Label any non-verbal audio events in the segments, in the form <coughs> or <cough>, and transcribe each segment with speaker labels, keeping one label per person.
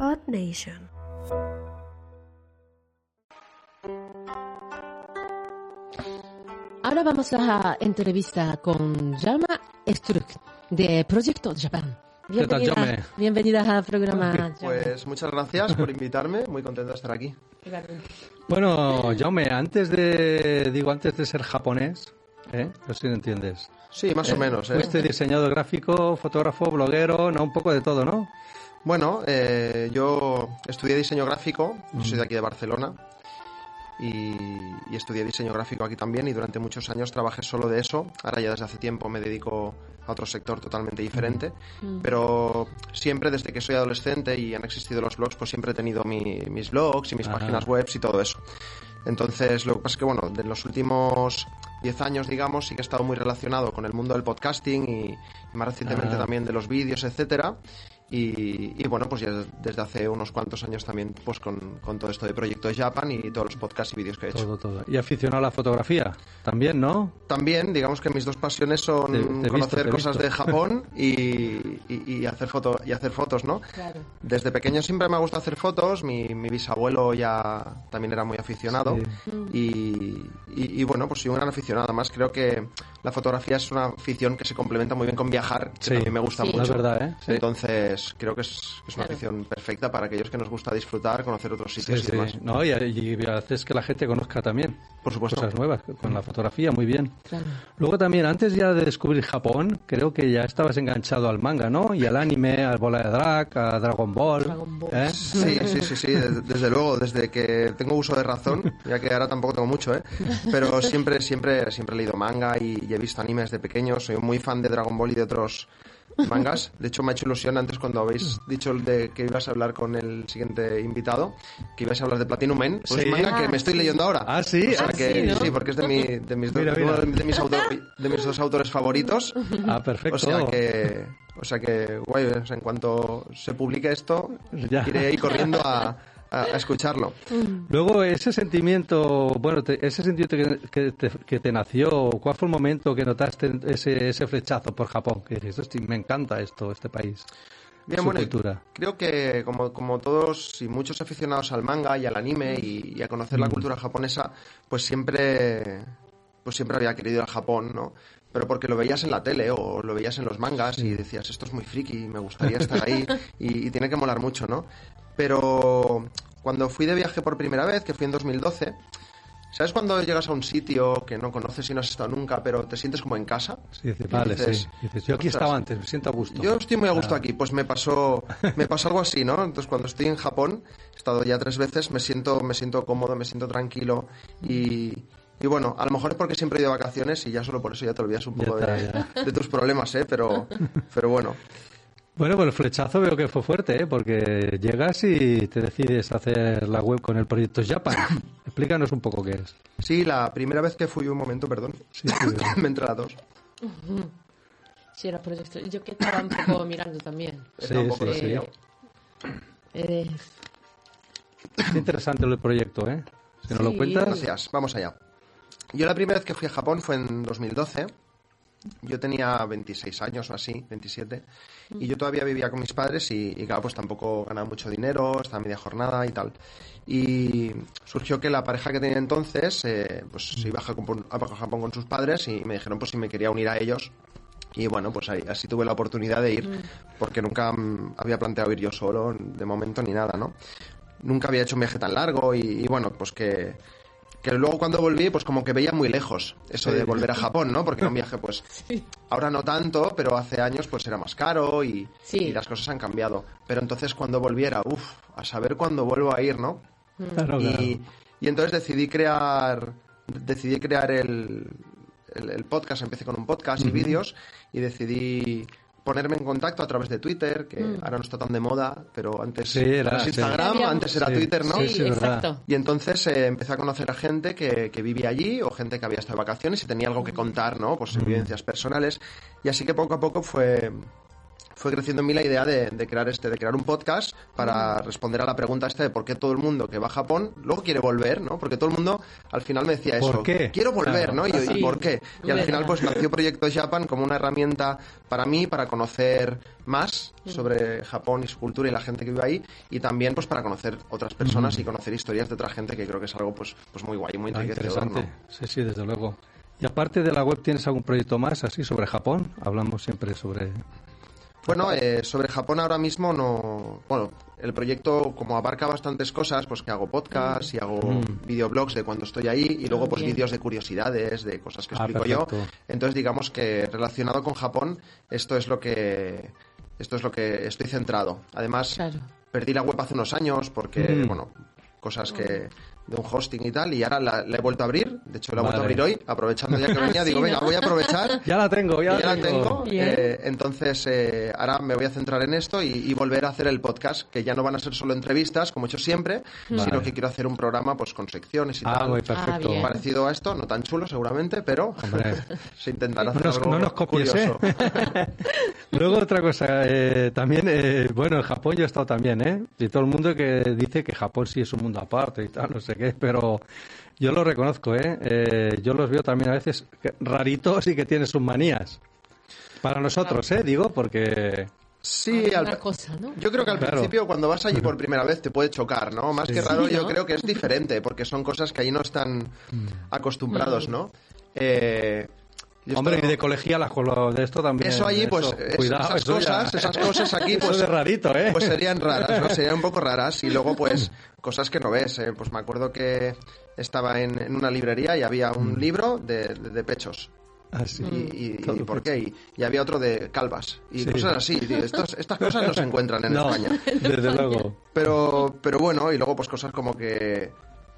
Speaker 1: Earth Nation.
Speaker 2: Ahora vamos a entrevista con Yama Struck de Proyecto Japan.
Speaker 3: ¿Qué tal, Jaume?
Speaker 2: bienvenida al programa. Yama.
Speaker 4: Pues muchas gracias por invitarme, muy contento de estar aquí.
Speaker 2: Igualmente.
Speaker 3: Bueno, Jaume, antes de, digo, antes de ser japonés, ¿eh? No sé si lo entiendes.
Speaker 4: Sí, más o menos. ¿eh?
Speaker 3: Fuiste diseñador gráfico, fotógrafo, bloguero, no, un poco de todo, ¿no?
Speaker 4: Bueno, eh, yo estudié diseño gráfico, yo soy de aquí de Barcelona, y, y estudié diseño gráfico aquí también y durante muchos años trabajé solo de eso. Ahora ya desde hace tiempo me dedico a otro sector totalmente diferente, pero siempre desde que soy adolescente y han existido los blogs, pues siempre he tenido mi- mis blogs y mis
Speaker 3: Ajá.
Speaker 4: páginas web y todo eso. Entonces, lo que pasa es que, bueno, de los últimos 10 años, digamos, sí que he estado muy relacionado con el mundo del podcasting y, y más recientemente
Speaker 3: Ah.
Speaker 4: también de los vídeos, etcétera. Y, y, bueno, pues ya desde hace unos cuantos años también pues con, con todo esto de Proyecto Japan y todos los podcasts y vídeos que he hecho.
Speaker 3: Todo, todo. Y aficionado a la fotografía, también, ¿no?
Speaker 4: También, digamos que mis dos pasiones son
Speaker 3: Te- te he visto,
Speaker 4: conocer
Speaker 3: te he
Speaker 4: cosas
Speaker 3: visto. <laughs>
Speaker 4: de Japón y, y- y hacer foto, y hacer fotos, ¿no?
Speaker 2: Claro.
Speaker 4: Desde pequeño siempre me gusta hacer fotos, mi, mi bisabuelo ya también era muy aficionado
Speaker 2: Mm.
Speaker 4: y, y- y bueno, pues soy un gran aficionado. Además creo que la fotografía es una afición que se complementa muy bien con viajar, que
Speaker 3: Sí.
Speaker 4: también me gusta
Speaker 2: Sí.
Speaker 4: mucho.
Speaker 3: Es verdad, ¿eh? Sí.
Speaker 4: Entonces creo que es, es una
Speaker 2: Claro.
Speaker 4: afición perfecta para aquellos que nos gusta disfrutar, conocer otros
Speaker 3: Sí,
Speaker 4: sitios y
Speaker 3: sí.
Speaker 4: demás.
Speaker 3: No, y, y haces que la gente conozca también
Speaker 4: Por supuesto.
Speaker 3: cosas nuevas con la fotografía, muy bien.
Speaker 2: Claro.
Speaker 3: Luego también, antes ya de descubrir Japón, creo que ya estabas enganchado al manga, ¿no? Y al anime, al bola de drag, a Dragon Ball.
Speaker 2: Dragon Ball.
Speaker 3: ¿eh?
Speaker 2: <laughs>
Speaker 4: Sí, sí, sí, sí, desde, desde luego, desde que tengo uso de razón, ya que ahora tampoco tengo mucho, ¿eh? Pero siempre, siempre, siempre he leído manga y, y he visto animes de pequeño, soy muy fan de Dragon Ball y de otros mangas. De hecho, me ha hecho ilusión antes cuando habéis dicho el de que ibas a hablar con el siguiente invitado, que ibas a hablar de Platinum Man, pues
Speaker 3: Sí.
Speaker 4: manga que
Speaker 2: Ah,
Speaker 4: me estoy
Speaker 2: sí.
Speaker 4: leyendo ahora.
Speaker 3: Ah, sí.
Speaker 4: O sea
Speaker 3: Ah,
Speaker 4: que,
Speaker 2: sí, ¿no?
Speaker 4: porque es de, mi- de mis, dos-
Speaker 3: Mira, mira.
Speaker 4: uno de mis autor- de mis dos autores favoritos.
Speaker 2: <laughs>
Speaker 3: Ah, perfecto.
Speaker 4: O sea que, o sea que, guay, ¿eh? o sea, en cuanto se publique esto,
Speaker 3: Ya.
Speaker 4: iré ahí corriendo a, a- a escucharlo.
Speaker 3: Luego, ese sentimiento, bueno, te- ese sentimiento que, que te, que te nació, ¿cuál fue el momento que notaste ese, ese flechazo por Japón? Que dices, "Hosti, me encanta esto, este país. su
Speaker 4: bueno,
Speaker 3: cultura.
Speaker 4: creo que como, como todos y muchos aficionados al manga y al anime y, y a conocer
Speaker 3: Mm.
Speaker 4: la cultura japonesa, pues siempre, pues siempre había querido ir a Japón, ¿no? Pero porque lo veías en la tele o lo veías en los mangas y decías, esto es muy friki, me gustaría estar
Speaker 3: <laughs>
Speaker 4: ahí y, y tiene que molar mucho, ¿no? Pero cuando fui de viaje por primera vez, que fui en 2012, ¿Sabes cuando llegas a un sitio que no conoces y no has estado nunca, pero te sientes como en casa?
Speaker 3: Sí, dices, vale,
Speaker 4: Dices,
Speaker 3: sí. Dices, yo aquí
Speaker 4: "Ostras,
Speaker 3: estaba antes, me siento a gusto.
Speaker 4: Yo estoy muy a gusto
Speaker 3: Ah,
Speaker 4: aquí, pues me pasó, me pasó algo así, ¿no? Entonces cuando estoy en Japón, he estado ya tres veces, me siento, me siento cómodo, me siento tranquilo y, y bueno, a lo mejor es porque siempre he ido de vacaciones y ya solo por eso ya te olvidas un
Speaker 3: Ya
Speaker 4: poco
Speaker 3: está,
Speaker 4: de,
Speaker 3: ya.
Speaker 4: de tus problemas, ¿eh? Pero, pero bueno,
Speaker 3: Bueno, pues el flechazo veo que fue fuerte, ¿eh? porque llegas y te decides hacer la web con el proyecto
Speaker 4: <coughs>
Speaker 3: Japan. Explícanos un poco qué es.
Speaker 4: sí, la primera vez que fui un momento, perdón,
Speaker 3: Sí, sí, veo.
Speaker 4: <laughs> me entra la tos.
Speaker 2: Sí, era proyecto. Yo que estaba un poco mirando también.
Speaker 4: Está un poco
Speaker 3: Sí, sí.
Speaker 4: resfriado.
Speaker 2: Eres-
Speaker 3: Qué interesante el proyecto, ¿eh? Si nos lo
Speaker 2: Sí.
Speaker 3: cuentas.
Speaker 4: Gracias, vamos allá. Yo la primera vez que fui a Japón fue en 2012. Yo tenía 26 años o así, 27. Y yo todavía vivía con mis padres y, y, claro, pues tampoco ganaba mucho dinero, estaba media jornada y tal. Y surgió que la pareja que tenía entonces, eh, pues se iba a Japón, a Japón con sus padres y me dijeron pues si me quería unir a ellos. Y bueno, pues ahí- así tuve la oportunidad de ir, porque nunca mm, había planteado ir yo solo, de momento ni nada, ¿no? nunca había hecho un viaje tan largo y, y bueno, pues que, que luego cuando volví, pues como que veía muy lejos eso de volver a Japón, ¿no? Porque era un viaje, pues
Speaker 2: <laughs> Sí.
Speaker 4: ahora no tanto, pero hace años pues era más caro y,
Speaker 2: Sí.
Speaker 4: y las cosas han cambiado. Pero entonces cuando volviera, uff, a saber cuándo vuelvo a ir, ¿no?
Speaker 3: Claro, claro.
Speaker 4: Y, y entonces decidí crear, decidí crear el, el- el podcast, empecé con un podcast y vídeos y decidí ponerme en contacto a través de Twitter, que ahora no está tan de moda, pero antes
Speaker 3: Sí, era,
Speaker 4: antes
Speaker 3: sí.
Speaker 4: Instagram,
Speaker 2: Había-
Speaker 4: antes era
Speaker 3: Sí,
Speaker 4: Twitter, ¿no?
Speaker 3: Sí, sí, es verdad.
Speaker 2: exacto.
Speaker 4: Y entonces eh, empecé a conocer a gente que, que vivía allí o gente que había estado de
Speaker 3: Mm.
Speaker 4: vacaciones y tenía algo que contar, ¿no? Pues vivencias personales. Y así que poco a poco fue, fue creciendo en mí la idea de, de crear este, de crear un podcast para responder a la pregunta esta de por qué todo el mundo que va a Japón luego quiere volver, ¿no? Porque todo el mundo al final me decía eso.
Speaker 3: ¿Por qué?
Speaker 4: Quiero volver,
Speaker 3: Claro.
Speaker 4: ¿no? Y yo, ¿y
Speaker 2: Sí.
Speaker 4: por qué? Y al
Speaker 2: Verdad.
Speaker 4: final pues nació Proyecto Japan como una herramienta para mí, para conocer más sobre Japón y su cultura y la gente que vive ahí y también pues para conocer otras personas y conocer historias de otra gente que creo que es algo pues, pues muy guay y muy
Speaker 3: Ah,
Speaker 4: enriquecedor,
Speaker 3: interesante.
Speaker 4: ¿no?
Speaker 3: Sí, sí, desde luego. Y aparte de la web, ¿tienes algún proyecto más así sobre Japón? Hablamos siempre sobre...
Speaker 4: Bueno, eh, sobre Japón ahora mismo no. Bueno, el proyecto como abarca bastantes cosas, pues que hago podcasts y hago
Speaker 3: Mm.
Speaker 4: videoblogs de cuando estoy ahí y luego pues
Speaker 2: bien.
Speaker 4: vídeos de curiosidades, de cosas que
Speaker 3: Ah,
Speaker 4: explico yo.
Speaker 3: perfecto.
Speaker 4: Entonces digamos que relacionado con Japón esto es lo que esto es lo que estoy centrado. Además
Speaker 2: Claro.
Speaker 4: perdí la web hace unos años porque
Speaker 3: Mm.
Speaker 4: bueno cosas que de un hosting y tal y ahora la, la he vuelto a abrir. De hecho la he vuelto a
Speaker 3: Vale.
Speaker 4: abrir hoy aprovechando ya que
Speaker 2: <laughs>
Speaker 4: venía.
Speaker 2: sí,
Speaker 4: digo
Speaker 2: ¿no?
Speaker 4: venga voy a aprovechar
Speaker 3: Ya la tengo, ya,
Speaker 4: ya la tengo.
Speaker 2: Bien.
Speaker 4: eh, entonces, eh, ahora me voy a centrar en esto y, y volver a hacer el podcast, que ya no van a ser solo entrevistas, como he hecho siempre, sino
Speaker 3: Vale.
Speaker 4: que quiero hacer un programa pues con secciones y
Speaker 3: Ah,
Speaker 4: tal.
Speaker 3: muy perfecto.
Speaker 2: bien.
Speaker 4: Parecido a esto, no tan chulo seguramente, pero
Speaker 3: Hombre.
Speaker 4: <laughs> se intentará
Speaker 3: No
Speaker 4: hacer
Speaker 3: nos,
Speaker 4: algo
Speaker 3: no nos copies, ¿eh?
Speaker 4: curioso.
Speaker 3: <laughs> Luego otra cosa, eh, también, eh, bueno, en Japón yo he estado también, ¿eh? Y todo el mundo que dice que Japón sí es un mundo aparte y tal, no sé qué, pero yo lo reconozco, ¿eh? Eh, yo los veo también a veces que- raritos y que tienen sus manías. Para nosotros, ¿eh? Digo, porque...
Speaker 4: Sí,
Speaker 2: Alguna
Speaker 4: al-
Speaker 2: cosa, ¿no?
Speaker 4: Yo creo que al
Speaker 3: Claro.
Speaker 4: principio cuando vas allí por primera vez te puede chocar, ¿no? Más que raro,
Speaker 2: Sí,
Speaker 4: yo
Speaker 2: ¿no?
Speaker 4: creo que es diferente, porque son cosas que ahí no están
Speaker 3: Mm.
Speaker 4: acostumbrados,
Speaker 2: Mm.
Speaker 4: ¿no? Eh, yo
Speaker 3: Hombre, y
Speaker 4: estaba-
Speaker 3: de colegialas con lo de esto también.
Speaker 4: Eso allí, pues, es- esas
Speaker 3: eso ya- <laughs>
Speaker 4: cosas- esas cosas aquí,
Speaker 3: Eso
Speaker 4: pues-
Speaker 3: de rarito, ¿eh? <laughs>
Speaker 4: Pues serían raras, ¿no? Serían un poco raras. Y luego, pues, cosas que no ves. ¿eh? Pues me acuerdo que estaba en, en una librería y había
Speaker 3: Mm.
Speaker 4: un libro de, de- de pechos.
Speaker 3: Así.
Speaker 4: Y, y- y
Speaker 3: Ah, Todo
Speaker 4: por qué. Y, y había otro de calvas. Y
Speaker 3: Mm. Sí.
Speaker 4: cosas así. Y estos- estas cosas no se encuentran
Speaker 3: <laughs>
Speaker 4: en
Speaker 3: No,
Speaker 4: España.
Speaker 3: desde luego. <laughs>
Speaker 4: Pero, pero bueno, y luego, pues, cosas como que.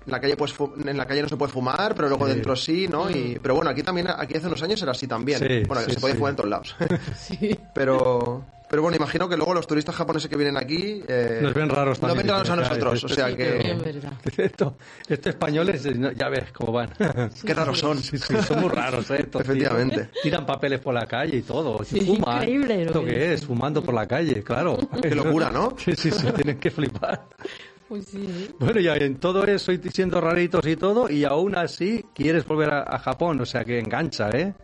Speaker 4: En la, calle pues, fu- en la calle no se puede fumar, pero luego
Speaker 3: Sí. Mm.
Speaker 4: dentro sí, ¿no? Y, pero bueno, aquí también, aquí hace unos años era así también.
Speaker 3: Sí,
Speaker 4: bueno, que
Speaker 3: sí,
Speaker 4: se podía
Speaker 3: sí.
Speaker 4: fumar en todos lados.
Speaker 2: <laughs>
Speaker 3: <laughs>
Speaker 2: Sí.
Speaker 4: Pero, pero bueno, imagino que luego los turistas japoneses que vienen aquí... eh,
Speaker 3: Nos ven raros
Speaker 4: Nos
Speaker 3: también,
Speaker 4: ven raros a
Speaker 3: dicen, "Ay,
Speaker 4: nosotros, o
Speaker 3: estos-
Speaker 4: sea
Speaker 2: Es
Speaker 4: que...
Speaker 2: verdad.
Speaker 3: Esto, estos españoles, eh, no- ya ves cómo van. <laughs>
Speaker 4: Qué raros son.
Speaker 3: Sí, sí, son muy raros, ¿eh? Estos
Speaker 4: Efectivamente.
Speaker 3: tíos. Tiran papeles por la calle y todo.
Speaker 2: Sí,
Speaker 3: fuman.
Speaker 2: increíble lo
Speaker 3: ¿Esto
Speaker 2: que
Speaker 3: qué es? Fumando por la calle, claro.
Speaker 4: Qué locura, ¿no?
Speaker 3: <laughs> Sí, sí, sí, tienen que flipar.
Speaker 2: Uy, sí.
Speaker 3: Bueno, ya en todo eso, y siendo raritos y todo, y aún así quieres volver a, a Japón, o sea que engancha, ¿eh?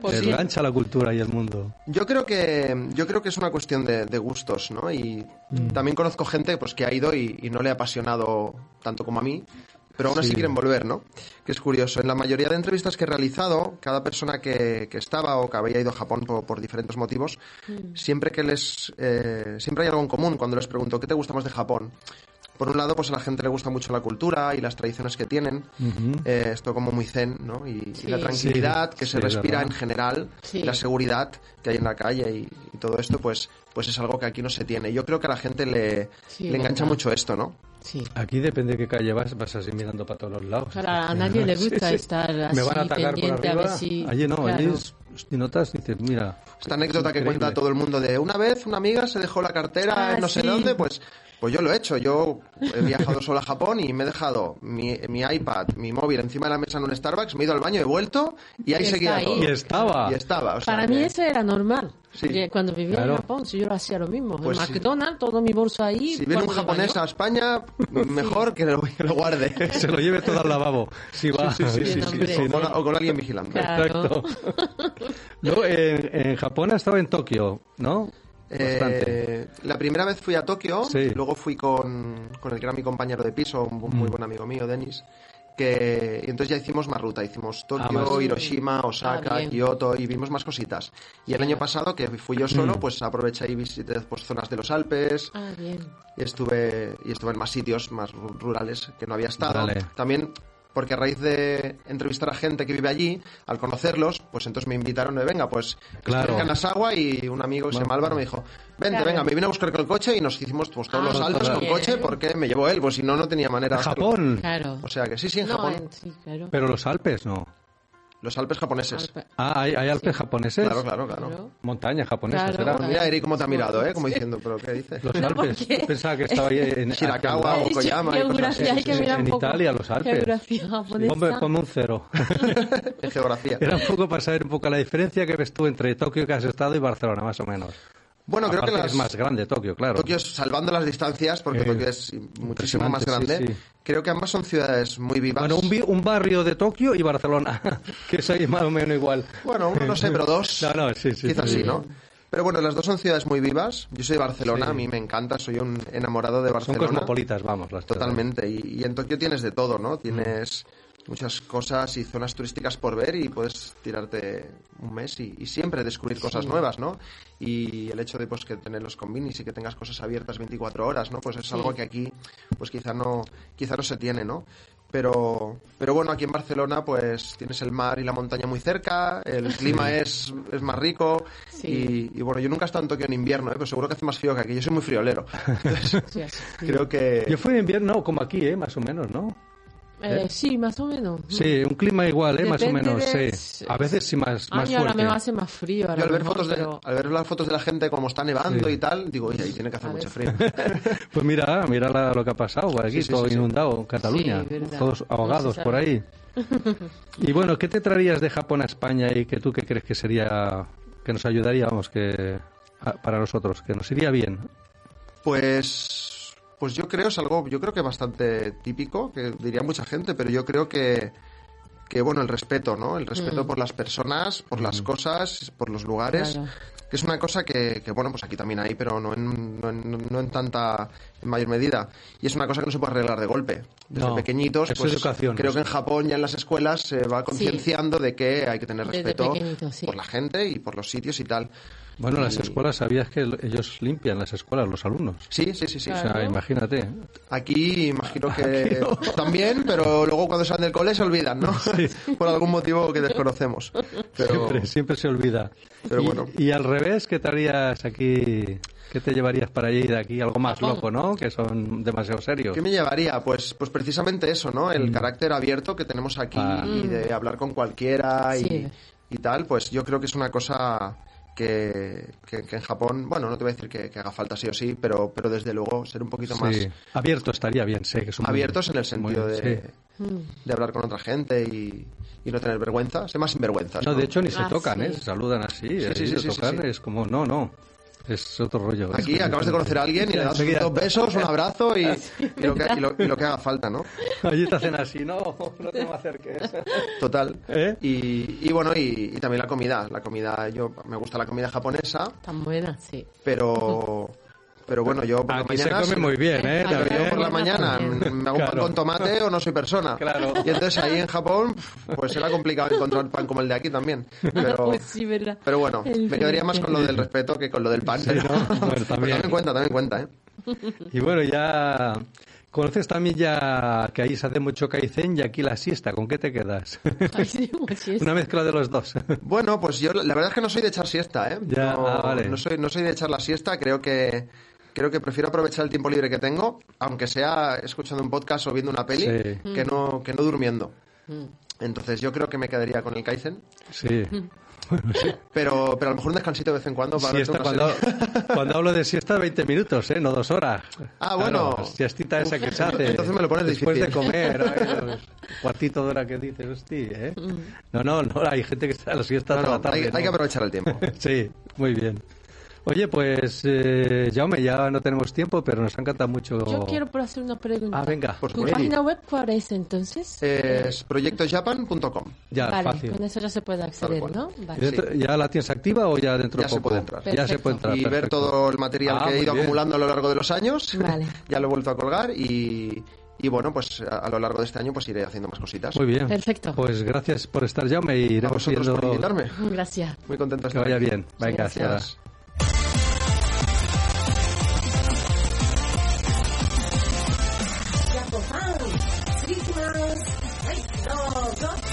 Speaker 2: Pues sí.
Speaker 3: engancha la cultura y el mundo.
Speaker 4: Yo creo que, yo creo que es una cuestión de, de gustos, ¿no? Y también conozco gente pues, que ha ido y, y no le ha apasionado tanto como a mí, pero aún así
Speaker 3: Sí.
Speaker 4: quieren volver, ¿no? Que es curioso. En la mayoría de entrevistas que he realizado, cada persona que, que estaba o que había ido a Japón por, por diferentes motivos, siempre que les... eh, siempre hay algo en común cuando les pregunto, ¿qué te gusta más de Japón? Por un lado, pues a la gente le gusta mucho la cultura y las tradiciones que tienen.
Speaker 3: Ujú.
Speaker 4: Eh, esto como muy zen, ¿no? Y, y
Speaker 2: Sí.
Speaker 4: la tranquilidad
Speaker 3: Sí,
Speaker 4: que
Speaker 3: sí,
Speaker 4: se
Speaker 3: es
Speaker 4: respira
Speaker 3: verdad.
Speaker 4: en general,
Speaker 2: Sí.
Speaker 4: y la seguridad que hay en la calle y, y todo esto, pues, pues es algo que aquí no se tiene. Yo creo que a la gente le,
Speaker 2: Sí,
Speaker 4: le engancha
Speaker 2: verdad.
Speaker 4: mucho esto, ¿no?
Speaker 2: Sí.
Speaker 3: Aquí depende de qué calle vas, vas así mirando para todos los lados.
Speaker 2: Claro, a nadie
Speaker 3: <laughs>
Speaker 2: le gusta estar
Speaker 3: Me van a
Speaker 2: así
Speaker 3: atacar por
Speaker 2: pendiente, a
Speaker 3: arriba.
Speaker 2: ver si-
Speaker 3: Allí no, allí
Speaker 2: claro.
Speaker 3: es- si notas, dices, mira.
Speaker 4: Esta anécdota que
Speaker 3: increíble.
Speaker 4: cuenta todo el mundo de una vez una amiga se dejó la cartera
Speaker 2: Ah,
Speaker 4: en no sé
Speaker 2: sí.
Speaker 4: dónde, pues, pues yo lo he hecho. Yo he viajado solo a Japón y me he dejado mi, mi iPad, mi móvil encima de la mesa en un Starbucks, me he ido al baño, he vuelto y ahí
Speaker 2: Y
Speaker 4: seguía
Speaker 2: está
Speaker 4: todo.
Speaker 2: ahí.
Speaker 3: Y estaba.
Speaker 4: Y estaba, o sea
Speaker 2: Para mí
Speaker 4: que-
Speaker 2: eso era normal.
Speaker 4: Sí.
Speaker 2: Que Cuando vivía
Speaker 3: Claro.
Speaker 2: en Japón, yo lo hacía lo mismo.
Speaker 4: Pues
Speaker 2: en
Speaker 4: sí.
Speaker 2: McDonald's, todo mi bolso ahí.
Speaker 4: Si viene un
Speaker 2: cuando me
Speaker 4: japonés a
Speaker 2: baño, <laughs>
Speaker 4: España, mejor que lo, que lo guarde.
Speaker 3: <laughs> Se lo lleve todo al lavabo. Sí, va. Sí, sí,
Speaker 2: sí,
Speaker 3: sí,
Speaker 2: hombre.
Speaker 3: sí,
Speaker 4: o,
Speaker 3: ¿no?
Speaker 4: con, o con alguien
Speaker 2: <laughs>
Speaker 4: vigilante.
Speaker 2: Claro.
Speaker 3: Exacto. <laughs> Luego, en, en Japón ha estado en Tokio, ¿no? Bastante.
Speaker 4: Eh, la primera vez fui a Tokio,
Speaker 3: Sí.
Speaker 4: luego fui con, con el gran mi compañero de piso, un bu- muy
Speaker 3: Mm.
Speaker 4: buen amigo mío, Denis, que y entonces ya hicimos más ruta,
Speaker 3: Ah,
Speaker 4: hicimos Tokio,
Speaker 3: más.
Speaker 4: Hiroshima, Osaka,
Speaker 2: Ah, bien.
Speaker 4: Kioto y vimos más cositas. Y el año pasado que fui yo solo,
Speaker 3: Mm.
Speaker 4: pues aproveché y visité pues, zonas de los Alpes,
Speaker 2: Ah, bien.
Speaker 4: y estuve y estuve en más sitios más ru- rurales que no había estado
Speaker 3: Vale.
Speaker 4: también porque a raíz de entrevistar a gente que vive allí al conocerlos pues entonces me invitaron de venga pues
Speaker 3: Claro.
Speaker 4: estoy en Kanazawa y un amigo que se llama Álvaro me dijo vente
Speaker 2: Claro.
Speaker 4: venga me vino a buscar con el coche y nos hicimos pues todos
Speaker 2: Ah,
Speaker 4: los saltos
Speaker 3: claro.
Speaker 4: con coche
Speaker 2: Bien.
Speaker 4: porque me llevó él pues si no no tenía manera de hacerlo.
Speaker 3: Japón,
Speaker 2: Claro.
Speaker 4: o sea que sí sí Pues en
Speaker 2: no, eh.
Speaker 4: Japón
Speaker 2: en- sí, claro.
Speaker 3: pero los Alpes no.
Speaker 4: los Alpes japoneses
Speaker 2: Alpe-
Speaker 3: Ah, ¿hay, hay Alpes japoneses?
Speaker 4: claro claro claro,
Speaker 2: claro.
Speaker 3: Montañas japonesas,
Speaker 2: Claro,
Speaker 3: ¿verdad?
Speaker 2: claro.
Speaker 4: mira Eric cómo te ha mirado eh como diciendo pero qué
Speaker 3: <laughs>
Speaker 4: dices
Speaker 3: Los
Speaker 2: No,
Speaker 3: Alpes.
Speaker 2: porque-
Speaker 3: Pensaba que estaba ahí en
Speaker 4: Shirakawa o
Speaker 2: Ay, sí,
Speaker 4: Koyama y cosas así
Speaker 2: geografía, hay
Speaker 4: sí,
Speaker 2: que
Speaker 4: sí, sí.
Speaker 2: mirar un
Speaker 3: En
Speaker 2: poco.
Speaker 3: Italia, los Alpes.
Speaker 2: Geografía japonesa.
Speaker 3: Ponme, ponme un cero. <laughs>
Speaker 4: en geografía
Speaker 3: Era un poco para saber un poco la diferencia que ves tú entre Tokio que has estado y Barcelona, más o menos.
Speaker 4: Bueno, creo
Speaker 3: Aparte
Speaker 4: que las-
Speaker 3: es más grande Tokio, claro.
Speaker 4: Tokio es salvando las distancias, porque
Speaker 3: Eh,
Speaker 4: Tokio es muchísimo más
Speaker 3: impresionante,
Speaker 4: grande.
Speaker 3: sí, sí.
Speaker 4: Creo que ambas son ciudades muy vivas.
Speaker 3: Bueno, un, bi- un barrio de Tokio y Barcelona, <laughs> que soy más o menos igual.
Speaker 4: Bueno, uno no sé, pero dos.
Speaker 3: <laughs> No, no, sí, sí,
Speaker 4: Quizás
Speaker 3: sí.
Speaker 4: sí, ¿no? Pero bueno, las dos son ciudades muy vivas. Yo soy de Barcelona, a mí me encanta, soy un enamorado de
Speaker 3: Son
Speaker 4: Barcelona.
Speaker 3: cosmopolitas, vamos. Las ciudades.
Speaker 4: Totalmente. Y, y en Tokio tienes de todo, ¿no? Tienes muchas cosas y zonas turísticas por ver y puedes tirarte un mes y, y siempre descubrir cosas nuevas, ¿no? Y el hecho de pues que tener los combinis y que tengas cosas abiertas 24 horas, ¿no? Pues es algo que aquí pues quizá no quizá no se tiene, ¿no? Pero pero bueno, aquí en Barcelona pues tienes el mar y la montaña muy cerca, el clima es, es más rico
Speaker 2: Sí.
Speaker 4: y, y, bueno, yo nunca he estado en Tokio en invierno, ¿eh? pero seguro que hace más frío que aquí, yo soy muy friolero. Entonces,
Speaker 2: Sí, así.
Speaker 4: <laughs> creo que
Speaker 3: Yo fui en invierno como aquí, ¿eh? Más o menos, ¿no?
Speaker 2: Eh, sí, más o menos.
Speaker 3: Sí, un clima igual, ¿eh? Más o
Speaker 2: Depende
Speaker 3: menos,
Speaker 2: de-
Speaker 3: sí. A veces sí más, más
Speaker 2: Ay, Ah, ahora
Speaker 3: fuerte.
Speaker 2: me hace más frío. ahora
Speaker 4: Yo al ver,
Speaker 2: mejor,
Speaker 4: fotos de,
Speaker 2: pero-
Speaker 4: al ver las fotos de la gente como está nevando
Speaker 3: Sí.
Speaker 4: y tal, digo, oye, ahí tiene que hacer
Speaker 2: A
Speaker 4: mucho
Speaker 2: ver.
Speaker 4: frío.
Speaker 2: <laughs>
Speaker 3: Pues mira, mira la- lo que ha pasado por aquí,
Speaker 4: Sí, sí,
Speaker 3: todo
Speaker 4: sí, sí.
Speaker 3: inundado, Cataluña,
Speaker 2: Sí, verdad.
Speaker 3: todos
Speaker 2: No
Speaker 3: ahogados
Speaker 2: se sabe.
Speaker 3: por ahí. Y bueno, ¿qué te traerías de Japón a España y que tú qué crees que sería, que nos ayudaría, vamos, que a- para nosotros, que nos iría bien?
Speaker 4: Pues, pues yo creo es algo, yo creo que bastante típico, que diría mucha gente, pero yo creo que, que bueno, el respeto, ¿no? El
Speaker 2: Mm.
Speaker 4: respeto por las personas, por
Speaker 3: Mm.
Speaker 4: las cosas, por los lugares,
Speaker 2: Claro.
Speaker 4: que es una cosa que, que, bueno, pues aquí también hay, pero no en, no, en, no en tanta, en mayor medida. Y es una cosa que no se puede arreglar de golpe. Desde
Speaker 3: No,
Speaker 4: pequeñitos,
Speaker 3: eso
Speaker 4: pues
Speaker 3: es educación.
Speaker 4: creo que en Japón ya en las escuelas se va concienciando de que hay que tener
Speaker 2: Desde
Speaker 4: respeto
Speaker 2: pequeñitos, sí.
Speaker 4: por la gente y por los sitios y tal.
Speaker 3: Bueno, las
Speaker 4: Y-
Speaker 3: escuelas, ¿sabías que l- ellos limpian las escuelas, los alumnos?
Speaker 4: Sí, sí, sí, sí.
Speaker 3: O sea,
Speaker 2: Claro.
Speaker 3: imagínate.
Speaker 4: Aquí imagino que
Speaker 3: Ah, Aquí
Speaker 4: también, pero luego cuando salen del cole se olvidan, ¿no? <laughs> Por algún motivo que desconocemos. Pero
Speaker 3: Siempre, <laughs> siempre se olvida.
Speaker 4: Oh. Pero
Speaker 3: y,
Speaker 4: bueno.
Speaker 3: y al revés, ¿qué te harías aquí? ¿Qué te llevarías para allí de aquí? Algo más loco, ¿no? Que son demasiado serios.
Speaker 4: ¿qué me llevaría? Pues, pues precisamente eso, ¿no? El carácter abierto que tenemos aquí
Speaker 3: Mm. Ah.
Speaker 4: y de hablar con cualquiera y,
Speaker 2: Sí.
Speaker 4: y tal, pues yo creo que es una cosa que, que- que en Japón, bueno, no te voy a decir que, que haga falta sí o sí, pero, pero desde luego ser un poquito más
Speaker 3: Sí. Abierto estaría bien, sé que son muy-
Speaker 4: abiertos en el sentido
Speaker 3: muy-
Speaker 4: de,
Speaker 3: sí.
Speaker 4: de hablar con otra gente y, y no tener vergüenza, ser más sinvergüenzas.
Speaker 3: No, de hecho ni se
Speaker 2: Ah,
Speaker 3: tocan,
Speaker 2: sí.
Speaker 3: ¿eh? Se saludan así, he
Speaker 4: sí, sí,
Speaker 3: ido
Speaker 4: sí,
Speaker 3: a
Speaker 4: sí,
Speaker 3: tocar,
Speaker 4: sí.
Speaker 3: es como, no, no, es otro rollo.
Speaker 4: Aquí
Speaker 3: Es
Speaker 4: acabas de conocer a alguien y le das
Speaker 3: Pues Enseguida.
Speaker 4: dos besos, un abrazo y, y lo, que, y lo- y lo que haga falta, ¿no?
Speaker 3: <laughs> Allí te hacen así, no, no te me acerques.
Speaker 4: Total.
Speaker 3: ¿Eh?
Speaker 4: Y, y bueno, y, y también la comida. La comida, yo me gusta la comida japonesa,
Speaker 2: Tan buena, sí.
Speaker 4: pero pero bueno, yo por la
Speaker 3: Aquí se
Speaker 4: mañana.
Speaker 3: come
Speaker 4: si-
Speaker 3: muy bien,
Speaker 2: Exacto.
Speaker 3: ¿eh?
Speaker 4: pero
Speaker 3: También.
Speaker 4: yo por la mañana
Speaker 2: También.
Speaker 4: me hago un pan
Speaker 3: Claro.
Speaker 4: con tomate o no soy persona.
Speaker 3: Claro.
Speaker 4: Y entonces ahí en Japón, pues será complicado encontrar pan como el de aquí también. <laughs>
Speaker 2: <laughs>
Speaker 4: Pero,
Speaker 2: Pues sí,
Speaker 4: <laughs>
Speaker 2: verdad.
Speaker 4: pero bueno,
Speaker 2: El
Speaker 4: me quedaría más con lo del
Speaker 2: dulce.
Speaker 4: respeto que con lo del pan.
Speaker 3: Sí,
Speaker 4: pero,
Speaker 3: ¿no? Bueno,
Speaker 4: pero
Speaker 3: también.
Speaker 4: en cuenta, también en cuenta, ¿eh?
Speaker 3: Y bueno, ya conoces también ya que ahí se hace mucho kaizen y aquí la siesta, ¿con qué te
Speaker 2: <laughs>
Speaker 3: quedas?
Speaker 2: Ay, sí, pues sí es.
Speaker 3: Una mezcla de los dos. <laughs>
Speaker 4: Bueno, pues yo la la verdad es que no soy de echar siesta, ¿eh?
Speaker 3: Ya,
Speaker 4: no,
Speaker 3: ah, vale.
Speaker 4: no soy, no soy de echar la siesta, creo que creo que prefiero aprovechar el tiempo libre que tengo, aunque sea escuchando un podcast o viendo una peli,
Speaker 3: Sí.
Speaker 4: que no que no durmiendo. Entonces yo creo que me quedaría con el Kaizen,
Speaker 2: <laughs>
Speaker 3: Sí. Bueno, sí.
Speaker 4: pero pero a lo mejor un descansito de vez en cuando para verte
Speaker 3: Siesta,
Speaker 4: una
Speaker 3: cuando,
Speaker 4: serie.
Speaker 3: <laughs> cuando hablo de siesta, 20 minutos, ¿eh? No dos horas.
Speaker 4: Ah, bueno.
Speaker 3: Claro, siestita esa que se hace.
Speaker 4: Entonces me lo pones
Speaker 3: Después
Speaker 4: difícil.
Speaker 3: de
Speaker 4: <laughs>
Speaker 3: comer, ay, los cuartito de hora que dices, hostia, ¿eh?
Speaker 2: Mm.
Speaker 3: No, no, no, hay gente que está a las siestas
Speaker 4: No,
Speaker 3: de
Speaker 4: no,
Speaker 3: la tarde.
Speaker 4: hay, hay que
Speaker 3: ¿no?
Speaker 4: aprovechar el tiempo.
Speaker 3: <laughs> Sí, muy bien. Oye, pues, eh, Jaume, ya no tenemos tiempo, pero nos ha encantado mucho.
Speaker 2: Yo quiero por hacer una pregunta.
Speaker 3: Ah, venga.
Speaker 4: Por Eh,
Speaker 2: ¿Tu
Speaker 4: supuesto.
Speaker 2: página web cuál es entonces?
Speaker 4: Es proyectojapan.com.
Speaker 3: Ya,
Speaker 2: vale,
Speaker 3: fácil.
Speaker 2: con eso ya se puede acceder,
Speaker 4: cual.
Speaker 2: ¿no?
Speaker 3: ¿Y
Speaker 2: Vale.
Speaker 3: dentro- ¿Ya la tienes activa o ya dentro
Speaker 4: Ya se
Speaker 3: poco?
Speaker 4: puede entrar.
Speaker 3: Ya se puede entrar.
Speaker 4: y ver
Speaker 3: perfecto.
Speaker 4: todo el material
Speaker 3: Ah,
Speaker 4: que he
Speaker 3: muy
Speaker 4: ido
Speaker 3: bien.
Speaker 4: acumulando a lo largo de los años.
Speaker 2: Vale.
Speaker 4: <laughs> ya lo he vuelto a colgar y, y bueno, pues a, a lo largo de este año pues iré haciendo más cositas.
Speaker 3: Muy bien.
Speaker 2: Perfecto.
Speaker 3: Pues gracias por estar, Jaume, y
Speaker 4: a
Speaker 3: iremos
Speaker 4: vosotros por
Speaker 3: viendo-
Speaker 4: invitarme.
Speaker 2: Gracias.
Speaker 4: Muy contento de
Speaker 3: Que
Speaker 4: estar
Speaker 3: vaya
Speaker 4: aquí.
Speaker 3: bien. Venga, hasta ahora.
Speaker 4: Gracias.
Speaker 1: Jacopan, Freak Mouse, Freak Robots.